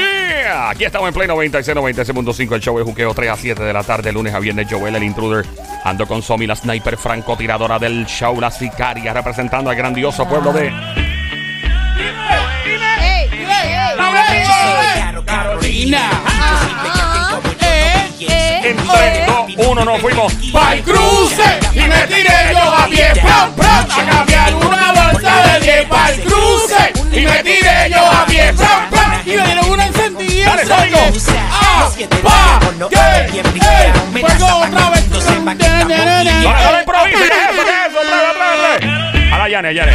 Mega. Aquí estamos en Play 96, 96.5. El show de juqueo 3 a 7 de la tarde, lunes a viernes. Joel, el intruder. Ando con Somi, la sniper francotiradora del show, la sicaria, representando al grandioso pueblo de. Ey, ey, ey. Carolina. En 3, 2, 1, nos fuimos. ¡Pal cruce! Y me tiré yo a pie, plan, plan, a cambiar una bolsa de 10 para el cruce. Y me tiré yo a pie, plan, plan, y me dieron una encendida. Dale, Sónico. ¡Ah, pa, que, eh, fuego otra vez. ¡Dale, dale, improvisa! ¿Qué es eso? ¿Qué es eso? Dale, dale, dale. A la Yane, Yane.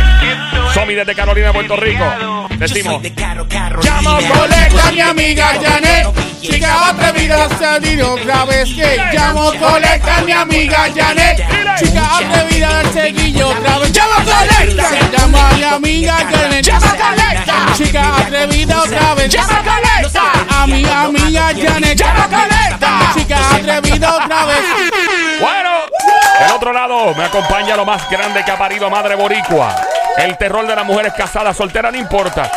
Somi desde Carolina, Puerto Rico. Decimos. Llamo colecta, mi amiga Janet. Chica atrevida, se tiró otra vez que llamo colecta, mi amiga Janet. Chica atrevida, del seguillo otra vez. Llamo colecta, llamo a mi amiga Janet. Llama colecta, chica atrevida otra vez. Llama colecta, a mi amiga Janet. Llama colecta, chica atrevida otra vez. Bueno, del otro lado me acompaña lo más grande que ha parido Madre Boricua. El terror de las mujeres casadas, soltera, no importa.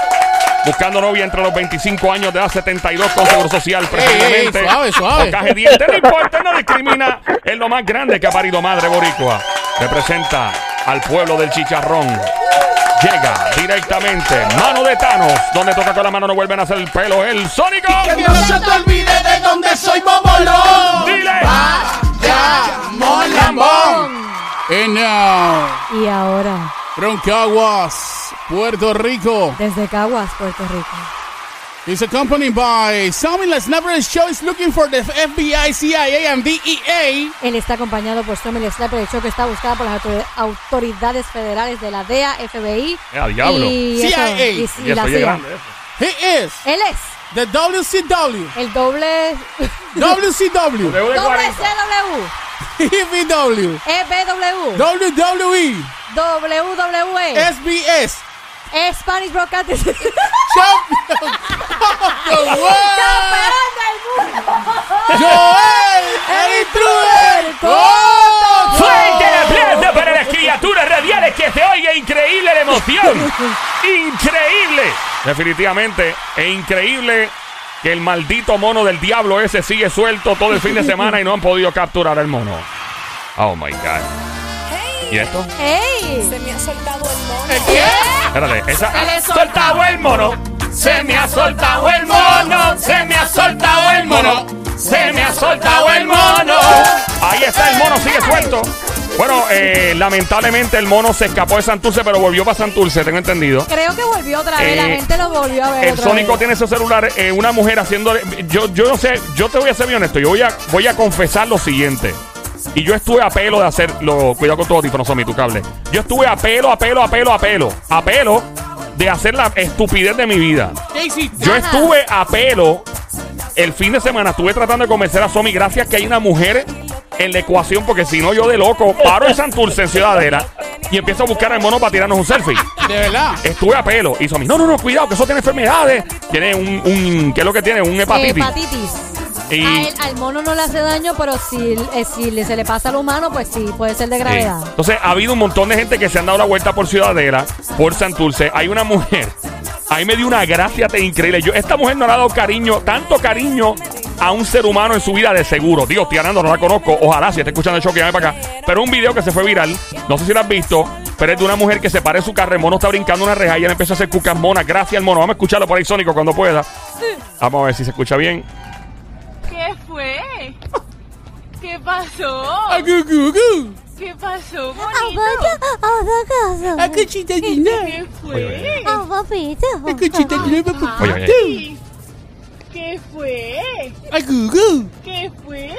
Buscando novia entre los 25 años de edad, 72 con seguro social, preferiblemente. ey, suave, suave. Con caja de dientes, no importa, no discrimina. Es lo más grande que ha parido Madre Boricua. Representa al pueblo del chicharrón. Llega directamente, mano de Thanos. Donde toca con la mano no vuelven a hacer el pelo. El Sónico. Que Dios no se te olvide de donde soy Bobolón. Dile. Vayamos, Lambón. And now, Y ahora, Broncaguas, Puerto Rico. desde Caguas, Puerto Rico. is accompanied by Sammy Las Neverest Show is looking for the FBI, CIA, and E DEA. Él está acompañado por Stomil Slapper, el show que está buscada por las autor- autoridades federales de la DEA, FBI. Eh, a diablo. Y CIA. eso, y- y Y la eso y es CIA. grande. eso. He is Él es the WCW, el doble. WCW, W de Doble E 40. CW, E EBW, EBW, WWE, Eh. WWE, SBS, E, Spanish Broadcasting. Champion of the World, ¡Campeón del mundo! Joel, el intruder, ¡Oh! Fuerte el aplauso para las criaturas radiales que se oiga increíble la emoción. Increíble. Definitivamente, e increíble que el maldito mono del diablo ese sigue suelto todo el fin de semana y no han podido capturar al mono. Oh my god. ¿Y esto? ¡Ey! Se me ha soltado el mono. ¿El qué? Espérate, esa. Se le ha soltado el mono. Se me ha soltado el mono. Se me ha soltado el mono. Se me ha soltado el mono. Ahí está el mono, sigue suelto. Bueno, eh, lamentablemente el mono se escapó de Santurce, pero volvió para Santurce, tengo entendido. Creo que volvió otra vez, la Eh, gente lo volvió a ver. El otra Sónico vez. tiene su celular, eh, una mujer haciendo. Yo, yo no sé, yo te voy a ser bien honesto, yo voy a, voy a confesar lo siguiente. Y yo estuve a pelo de hacerlo. Cuidado con tu audífono, Somi, tu cable. Yo estuve a pelo, a pelo, a pelo, a pelo. A pelo de hacer la estupidez de mi vida. ¿Qué hiciste? Yo Ajá. estuve a pelo el fin de semana, estuve tratando de convencer a Somi. Gracias que hay una mujer en la ecuación, porque si no, yo de loco paro en Santurce, en Ciudadela, y empiezo a buscar al mono para tirarnos un selfie. De verdad. Estuve a pelo. Hizo a mí. No, no, no, cuidado, que eso tiene enfermedades. Tiene un, un ¿qué es lo que tiene? Un hepatitis. Hepatitis. Y- A él- al mono no le hace daño, pero si, eh, si le- se le pasa al humano, pues sí, puede ser de Sí. gravedad. Entonces, ha habido un montón de gente que se han dado la vuelta por Ciudadela, por Santurce. Hay una mujer. Ahí me dio una gracia te- increíble. Yo, esta mujer no le ha dado cariño, tanto cariño a un ser humano en su vida de seguro. Dios, estoy hablando, no la conozco. Ojalá si está escuchando el show que llame para acá. Pero un video que se fue viral, no sé si lo has visto, pero es de una mujer que se para en su carro, el mono está brincando una reja y él empieza a hacer cucas monas. Gracias al mono. Vamos a escucharlo por ahí, Sónico, cuando pueda. Vamos a ver si se escucha bien. ¿Qué fue? ¿Qué pasó? Agu, gu, gu. ¿Qué pasó, Aguanta, bonito? A cuchita llena. ¿Qué fue? Ah, papito. A cuchita llena, papá. Oye, oye. ¿Qué fue? Agu, gu. ¿Qué fue?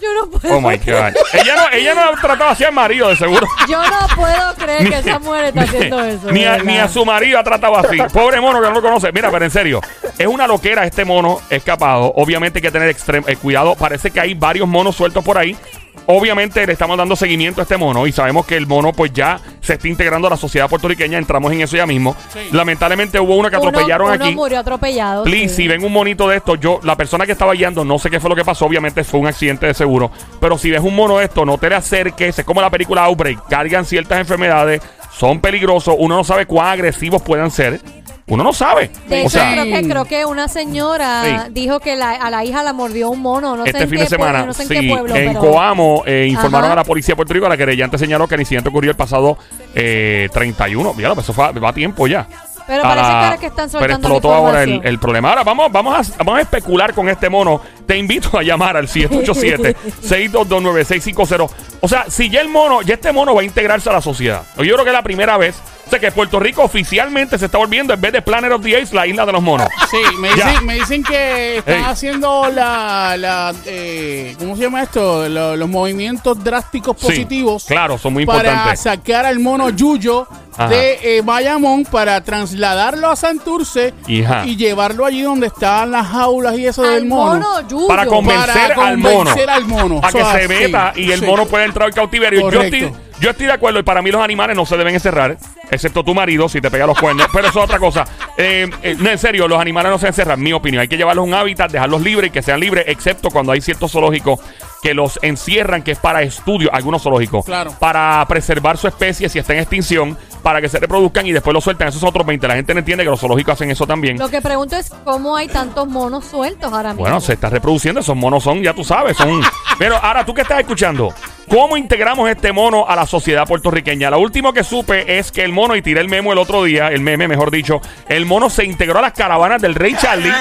Yo no puedo. Oh my God. ella no, ella no trataba así al marido, de seguro. Yo no puedo creer que esa mujer está haciendo eso. Ni a, de ni a verdad. su marido ha tratado así. Pobre mono que no lo conoce. Mira, pero en serio, es una loquera este mono escapado. Obviamente hay que tener extrem- eh, cuidado. Parece que hay varios monos sueltos por ahí. Obviamente le estamos dando seguimiento a este mono y sabemos que el mono pues ya se está integrando a la sociedad puertorriqueña. Entramos en eso ya mismo. Lamentablemente hubo uno que Uno- atropellaron uno aquí. murió atropellado. Please, sí. si ven un monito de esto, yo, la persona que estaba guiando, no sé qué fue lo que pasó, obviamente fue un accidente de seguro. Pero si ves un mono de esto, no te le acerques, es como la película Outbreak, cargan ciertas enfermedades, son peligrosos, uno no sabe cuán agresivos puedan ser. Uno no sabe. De o hecho, sea, creo, que, creo que una señora Sí. dijo que la- a la hija la mordió un mono. No sé este en fin qué de semana, pueblo, no sé en sí, qué pueblo, en pero- Coamo eh, informaron Ajá. a la policía de Puerto Rico, la querellante señaló que el incidente ocurrió el pasado eh, 31. Ya, eso fue- va a tiempo ya. Pero A parece que la- ahora que están pero soltando la explotó ahora el, información. el problema. Ahora vamos, vamos, a, vamos a especular con este mono. Te invito a llamar al 787-622-9650. O sea, si ya el mono, ya este mono va a integrarse a la sociedad. Yo creo que es la primera vez. O sea, que Puerto Rico oficialmente se está volviendo, en vez de Planet of the Apes, la isla de los monos. Sí, me Ya. dicen, me dicen que están Ey. haciendo la, la eh, ¿cómo se llama esto? Lo- los movimientos drásticos Sí, positivos. claro, son muy Para importantes. sacar al mono Yuyo Ajá. de eh, Bayamón para trasladarlo a Santurce Hija. y llevarlo allí donde están las jaulas y eso Al del mono. mono, Yuyo. Para comer- Convencer al mono. convencer al mono. A que Eso se así. meta y el Sí. mono pueda entrar al cautiverio. Yo Correcto. estoy, yo estoy de acuerdo y para mí los animales no se deben encerrar, excepto tu marido si te pega los cuernos. pero eso es otra cosa. Eh, eh, no, en serio, los animales no se encerran, mi opinión. Hay que llevarlos a un hábitat, dejarlos libres y que sean libres, excepto cuando hay ciertos zoológicos que los encierran, que es para estudio, algunos zoológicos, Claro. para preservar su especie si está en extinción, para que se reproduzcan y después los sueltan. Eso es otro 20. La gente no entiende que los zoológicos hacen eso también. Lo que pregunto es cómo hay tantos monos sueltos ahora mismo. Bueno, se está reproduciendo, esos monos son, ya tú sabes, son... Pero ahora, ¿tú qué estás escuchando? ¿Cómo integramos este mono a la sociedad puertorriqueña? Lo último que supe es que el mono, y tiré el memo el otro día, el meme mejor dicho, el mono se integró a las caravanas del Rey Charlie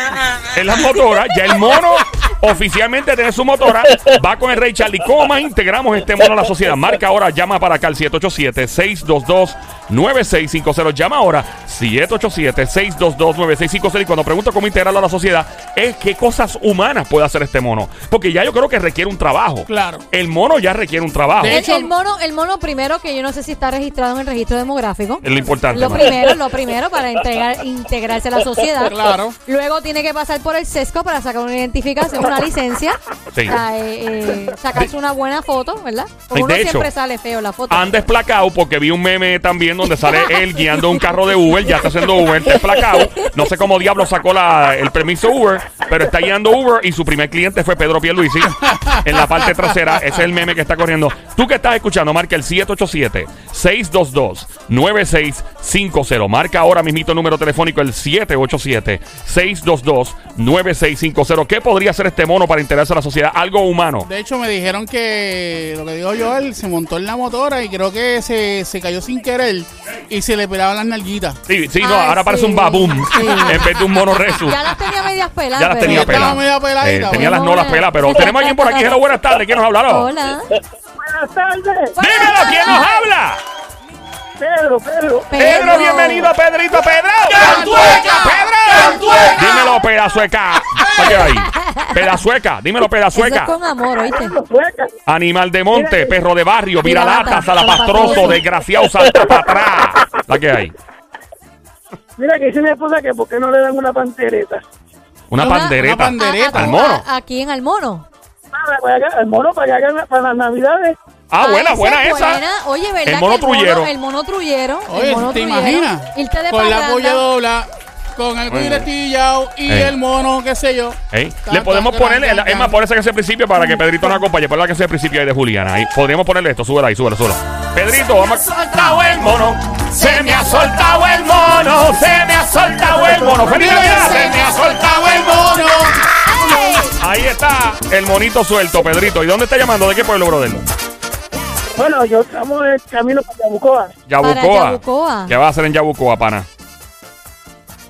en las motoras, ya el mono oficialmente tiene su motora, va con el Rey Charlie. ¿Cómo más integramos este mono a la sociedad? Marca ahora, llama para acá al 787-622-9650. Llama ahora 787-622-9650. Y cuando pregunto cómo integrarlo a la sociedad, es qué cosas humanas puede hacer este mono. Porque ya yo creo que requiere un trabajo. Claro. El mono ya requiere un trabajo. De El, hecho- el mono, el mono primero, que yo no sé si está registrado en el registro demográfico. Es lo importante, Lo ¿no? primero, lo primero para entregar, integrarse a la sociedad. Claro. Luego tiene que pasar por el sesco para sacar una identificación, una licencia. Sí. Ah, eh, eh, sacarse una buena foto, ¿verdad? Porque Ay, uno de hecho, siempre sale feo en la foto. Anda esplacado porque vi un meme también donde sale él guiando un carro de Uber, ya está haciendo Uber, está esplacado. No sé cómo diablo sacó la- el permiso Uber, pero está guiando Uber y su primer cliente fue Pedro Pierluisi en la parte trasera. Ese es el meme que está corriendo. Tú que estás escuchando, marca el 787-622-9650. Marca ahora mismito el número telefónico el 787-622-9650. ¿Qué podría hacer este mono para interesar a la sociedad? Algo humano. De hecho, me dijeron que lo que dijo Joel se montó en la motora y creo que se, se cayó sin querer y se le pelaban las nalguitas. Sí, sí, no, Ay, ahora parece un sí. baboom Sí. en vez de un mono resu. ya las tenía medias peladas. Ya las pero- tenía Estaba peladas. medio peladita, Eh, tenía bueno. las no las pelas, pero tenemos alguien por aquí. Hello, buenas tardes. ¿Quién nos hablará? Hola. Buenas tardes, Dímelo, ¿quién nos habla? Pedro, Pedro. Pedro, bienvenido a Pedrito, Pedro. ¡Cantueca! ¡Pedro! Dímelo, pedazueca. ¿Para qué va ahí? Pedazueca, dímelo, Eso es pedazueca. con amor, ¿oíste? Sueca. Animal de monte, perro de barrio, viralata, Viralata, salapastroso, salapastroso. desgraciado, salta para atrás. ¿La qué hay? Mira que dice mi esposa que por qué no le dan una pantereta. Una, Una- pandereta. una pandereta. Al mono. a- aquí en al mono. Nada, para que haga- al mono para que hagan para las navidades. Ah, buena, esa buena es esa. buena. Oye, ¿verdad? El mono que trullero. El mono trullero. el Oye, mono ¿te trullero. imaginas? Irte de con la parranda. polla dobla, con el cuyo estillado y Ey. el mono, qué sé yo. ¿Eh? Tan, Le podemos tan, poner, tan, el- tan, es más, tan. pon esa que es el principio para que Pedrito nos acompañe. Pon la que es el principio ahí de Juliana. Ahí. Podríamos ponerle esto, súbela ahí, súbela, súbela. Pedrito, vamos. Se me ha soltado el mono, se me ha soltado el mono, se me ha soltado el mono. ¡Feliz Navidad! Se me ha soltado el mono. Ahí está el monito suelto, Pedrito. ¿Y dónde está llamando? ¿De qué pueblo, brother? Bueno, yo estamos en el camino para Yabucoa. Yabucoa. Yabucoa. ¿Qué va a hacer en Yabucoa, pana?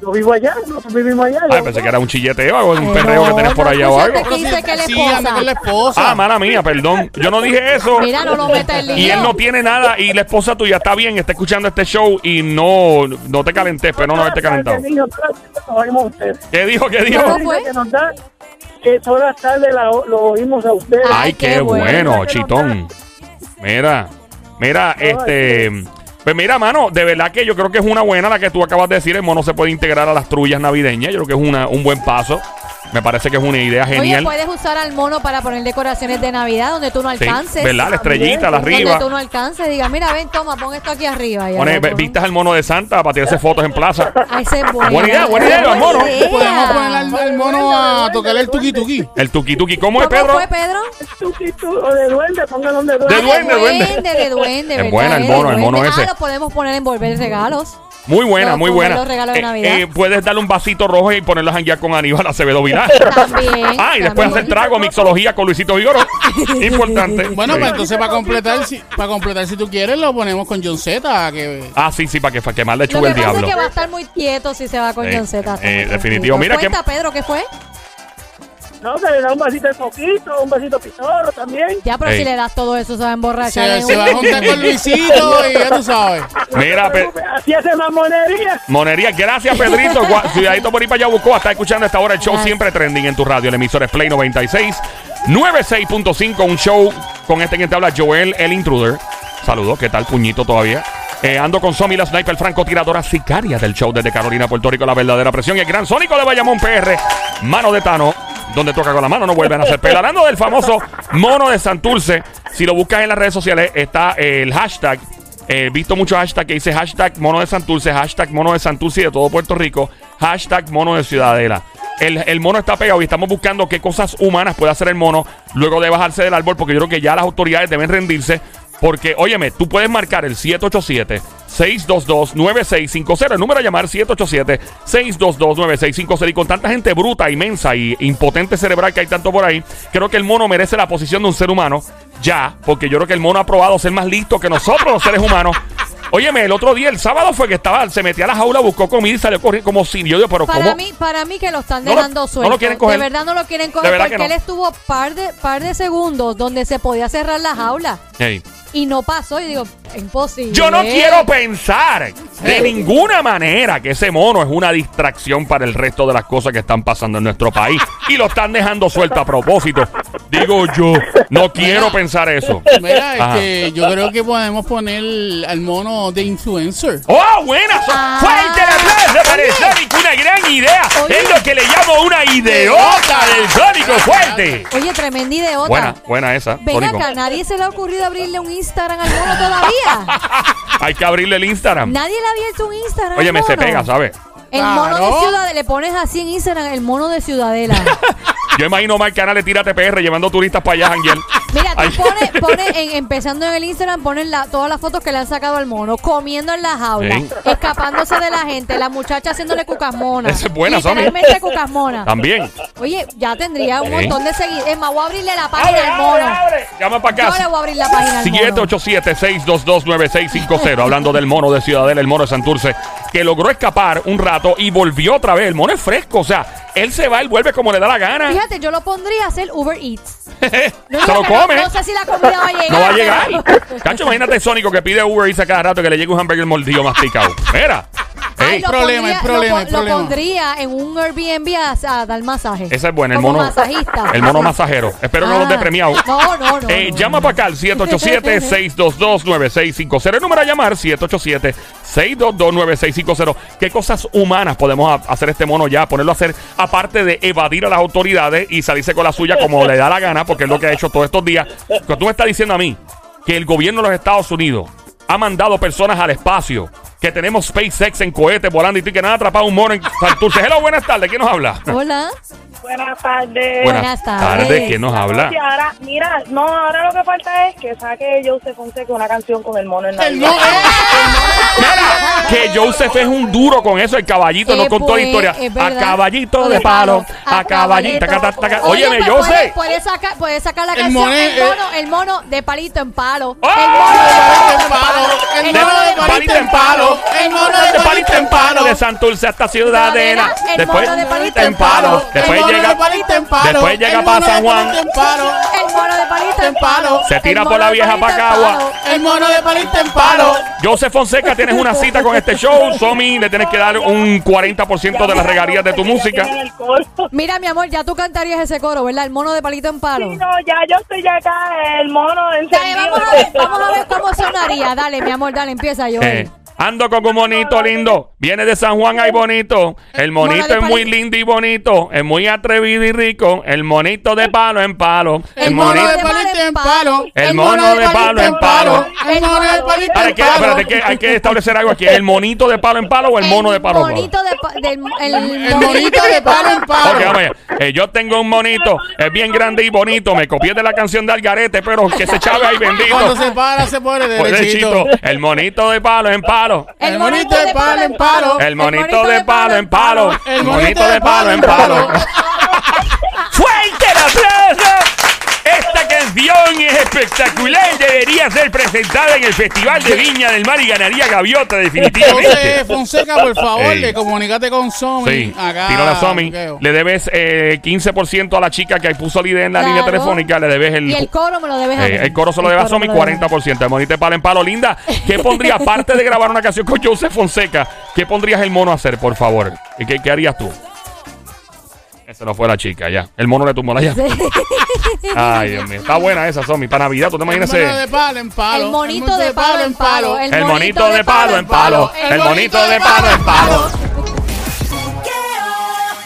Yo vivo allá, nosotros vivimos allá. Ay, Yo- pensé que era un chilleteo o un perreo que tenés por allá o escúchate. algo. Aquí dice que la sí, esposa. anda con la esposa. Ah, mala mía, perdón. Yo no dije eso. Mira, no lo metas el lío. Y él no tiene nada y la esposa tuya está bien, está escuchando este show y no, no te calenté, pero no haberte calentado. Niño, todas las tardes Nos oímos a ustedes. ¿Qué dijo? ¿Qué ¿Cómo dijo? fue? Que nos da que todas las tardes la- lo oímos a ustedes. Ay, qué qué bueno, bueno. chitón. Mira, mira, este... Pues mira, mano, de verdad que yo creo que es una buena la que tú acabas de decir. El mono se puede integrar a las trullas navideñas. Yo creo que es una, un buen paso. Me parece que es una idea Oye, pues, genial. puedes usar al mono para poner decoraciones de Navidad donde tú no Sí, alcances. ¿Verdad? La estrellita, la Donde arriba. tú no alcances. Diga, mira, ven, toma, pon esto aquí arriba. Ya, Pone lo ve- pon- vistas al mono de Santa para tirarse fotos en plaza. Ay, ese es bueno. Buena idea, buena idea, al mono. Podemos poner al, al mono a tocarle el tuki tuki. El tuki tuki. ¿Cómo es, ¿Cómo Pedro? fue, Pedro? Tú, tú, tú, o de duende, póngalo donde duende. duende, de duende. duende, de duende, Es ¿verdad? buena el Eh, mono, de el mono duende. ese. Ah, lo podemos poner en envolver regalos. Muy buena, Los- muy los buena. regalos de Eh, Navidad. eh, puedes darle un vasito rojo y ponerlo a janguear con Aníbal Acevedo Vilá. También. Ah, y después también. hacer trago, mixología con Luisito Vigoro. Importante. Bueno, Sí. pues entonces para completar, si, para completar si tú quieres, lo ponemos con John Z. Que... Ah, sí, sí, para que, para que más le Lo chuve que el pasa diablo. es que va a estar muy quieto si se va con Eh, John Z. Pues eh, definitivo. Mira que- Cuenta, Pedro, ¿qué fue? No, se le da un vasito de poquito, un vasito pitorro también. Ya, pero Ey. si le das todo eso, se va a emborrachar. Se, en se un- va a juntar con Luisito y ya tú sabes. Mira, No te Pe- preocupes, así hace mamonería. Monería, gracias Pedrito. Gua- Ciudadito por ahí para allá buscó. Está escuchando a esta hora el show Gracias. siempre trending en tu radio. El emisor es Play 96, 96.5. Un show con este que te habla Joel, el intruder. Saludos, ¿qué tal, puñito todavía? Eh, ando con Somi, la sniper francotiradora sicaria del show desde Carolina, Puerto Rico. La verdadera presión. Y el gran sónico de Bayamón PR. Mano de Tano. Donde toca con la mano no vuelven a hacer pelo. Hablando del famoso mono de Santurce. Si lo buscas en las redes sociales, está el hashtag Eh, He visto muchos hashtags que dice hashtag mono de Santurce, hashtag mono de Santurce y de todo Puerto Rico, hashtag mono de Ciudadela. El, el mono está pegado y estamos buscando qué cosas humanas puede hacer el mono luego de bajarse del árbol, porque yo creo que ya las autoridades deben rendirse. Porque, óyeme, tú puedes marcar el 787-622-9650. El número a llamar 787-622-9650. Y con tanta gente bruta, inmensa y impotente cerebral que hay tanto por ahí, creo que el mono merece la posición de un ser humano ya, porque yo creo que el mono ha probado ser más listo que nosotros los seres humanos. Óyeme, el otro día, el sábado fue que estaba, se metía a la jaula, buscó comida y salió corriendo como si yo digo, pero Para ¿cómo? mí, para mí que lo están No lo- dejando no lo suelto. quieren coger. De verdad no lo quieren coger De verdad que porque no. él estuvo par de, par de segundos donde se podía cerrar la jaula Ey. y no pasó. Y digo, imposible. Yo no quiero pues. pensar de ninguna manera que ese mono es una distracción para el resto de las cosas que están pasando en nuestro país y lo están dejando suelto a propósito. Digo yo, no quiero pensar eso. Mira, Ajá. este, yo creo que podemos poner al mono de influencer. ¡Oh, buena! Ah. ¡Fuerte la plaza para el Oye. Sónico! ¡Una gran idea! Oye. Es lo que le llamo una ideota del Sónico fuerte. Oye, tremenda idiota. Buena, buena esa, Ven Sónico. acá, nadie se le ha ocurrido abrirle un Instagram al mono todavía. Hay que abrirle el Instagram. nadie le ha abierto un Instagram. Oye, al me se mono. pega, ¿sabes? El mono Claro. de Ciudadela, le pones así en Instagram, el mono de Ciudadela. Yo imagino Marc Canales tira TPR llevando turistas para allá, Angel. Mira, Ay. tú pones, pones en- empezando en el Instagram, pones la- todas las fotos que le han sacado al mono, comiendo en la jaula, Sí. escapándose de la gente, la muchacha haciéndole cucasmona. Esa es buena, Sammy. Ah. Literalmente cucasmona. También. Oye, ya tendría un Sí. montón de seguidores. Es más, voy a abrirle la página al mono. Llama para Yo le acá. voy a abrir la página al mono. 787-622-9650. Hablando del mono de Ciudadela, el mono de Santurce, que logró escapar un rato y volvió otra vez. El mono es fresco, o sea, él se va, él vuelve como le da la gana. Fíjate, yo lo pondría a hacer Uber Eats. No se lo digo que no- come. No, sé si la comida va a llegar. No va a pero- llegar. Cacho, imagínate Sónico que pide Uber y cada rato que le llegue un hamburger mordido masticado. Mira. Ay, Ey, lo problema, pondría- el problema, lo, el lo problema. pondría en un Airbnb a, a dar masaje. esa es buena, el Como mono. masajista. El mono masajero. Espero no los Ah, de premiado. No, no, no. Eh, no, llama no. para acá al 787-622-9650. El número a llamar, 787-622-9650. ¿Qué cosas humanas podemos a- hacer este mono ya? Ponerlo a hacer, aparte de evadir a las autoridades y salirse con la suya como le da la gana, porque es lo que ha hecho todos estos días. Cuando tú me estás diciendo a mí que el gobierno de los Estados Unidos ha mandado personas al espacio, que tenemos SpaceX en cohetes volando y tú que nada atrapado un mono en Santurce. Hello, buenas tardes. ¿Quién nos habla? Hola. Buenas tardes. Buenas tardes. ¿Quién nos Sí, habla? ahora, mira, no, ahora lo que falta es que saque Joseph Fonseca una canción con el mono en El Navidad. mono. Mira, que Joseph es un duro con eso, el caballito, Eh, no con toda la pues, historia. es A verdad. caballito de palo, a caballito. taca, taca, taca. Óyeme, pues, Joseph. Puedes puede sacar, puede sacar la El canción. mono es- el, mono, el mono de palito en palo. ¡Oh! pues, El mono de palito en palo. El mono de palito en palo. El mono De de palito en palo, de Santurce hasta Ciudadela. El Después, mono de palito en palo. El Después mono de llega, palito en palo. después llega El para mono de San Juan. palito en palo. El mono de palito en palo. Se tira El por la mono de vieja palito en Pacagua. palo. El mono de palito en palo. Joseph Fonseca, tienes una cita con este show. Somi, le tienes que dar un 40% de las regalías de tu música. Ya el coro. Mira, mi amor, ya tú cantarías ese coro, ¿verdad? El mono de palito en palo. Sí, no, ya yo estoy acá, el mono Dale, encendido. vamos a ver, vamos a ver cómo sonaría. Dale, mi amor, dale, empieza yo. Eh, ando con un monito lindo, viene de San Juan, ay bonito. El Mono monito de es muy palo. lindo y bonito, es muy atrevido y rico. El monito de palo en palo. El, mono de palito en palo. El mono de palo en palo. El mono de palito Ahora, en hay que, espérate, palo. hay que- hay que establecer algo aquí. ¿El monito de palo en palo o el mono de palo en palo? monito de pa- del, el, El monito de palo en Ok, palo. vamos allá. Eh, yo tengo un monito, es bien grande y bonito. Me copié de la canción de Algarete, pero que se chave ahí bendito. Cuando se para, se pone Pues, derechito. Chito, el monito de palo en palo. palo. El monito de palo en palo. El monito de palo en palo. El monito de palo en palo. ¡Fuerte el aplauso! Esta canción es espectacular. Debería ser presentada en el Festival de Viña del Mar y ganaría gaviota definitivamente. Entonces, Fonseca, por favor, Ey. le comunícate con Somi. Sí, acá, tiró la Somi. creo. Le debes eh, 15% a la chica que puso el ID en la línea Claro. telefónica. Le debes el... Y el coro me lo debes a mí. eh, el coro solo El debe a Somi me lo debes a mí. 40%. El monito de palo en palo, linda. ¿Qué pondría, aparte de grabar una canción con Joseph Fonseca, qué pondrías el mono a hacer, por favor? ¿Y ¿Qué, qué harías tú? Esa no fue la chica, ya. El mono le tumbó la llave. Ay, Dios mío. Está buena esa, Somi. Para Navidad, tú te El imaginas monito ese- de palo en palo. El monito de palo en palo. El monito de palo en palo. El monito de palo en palo.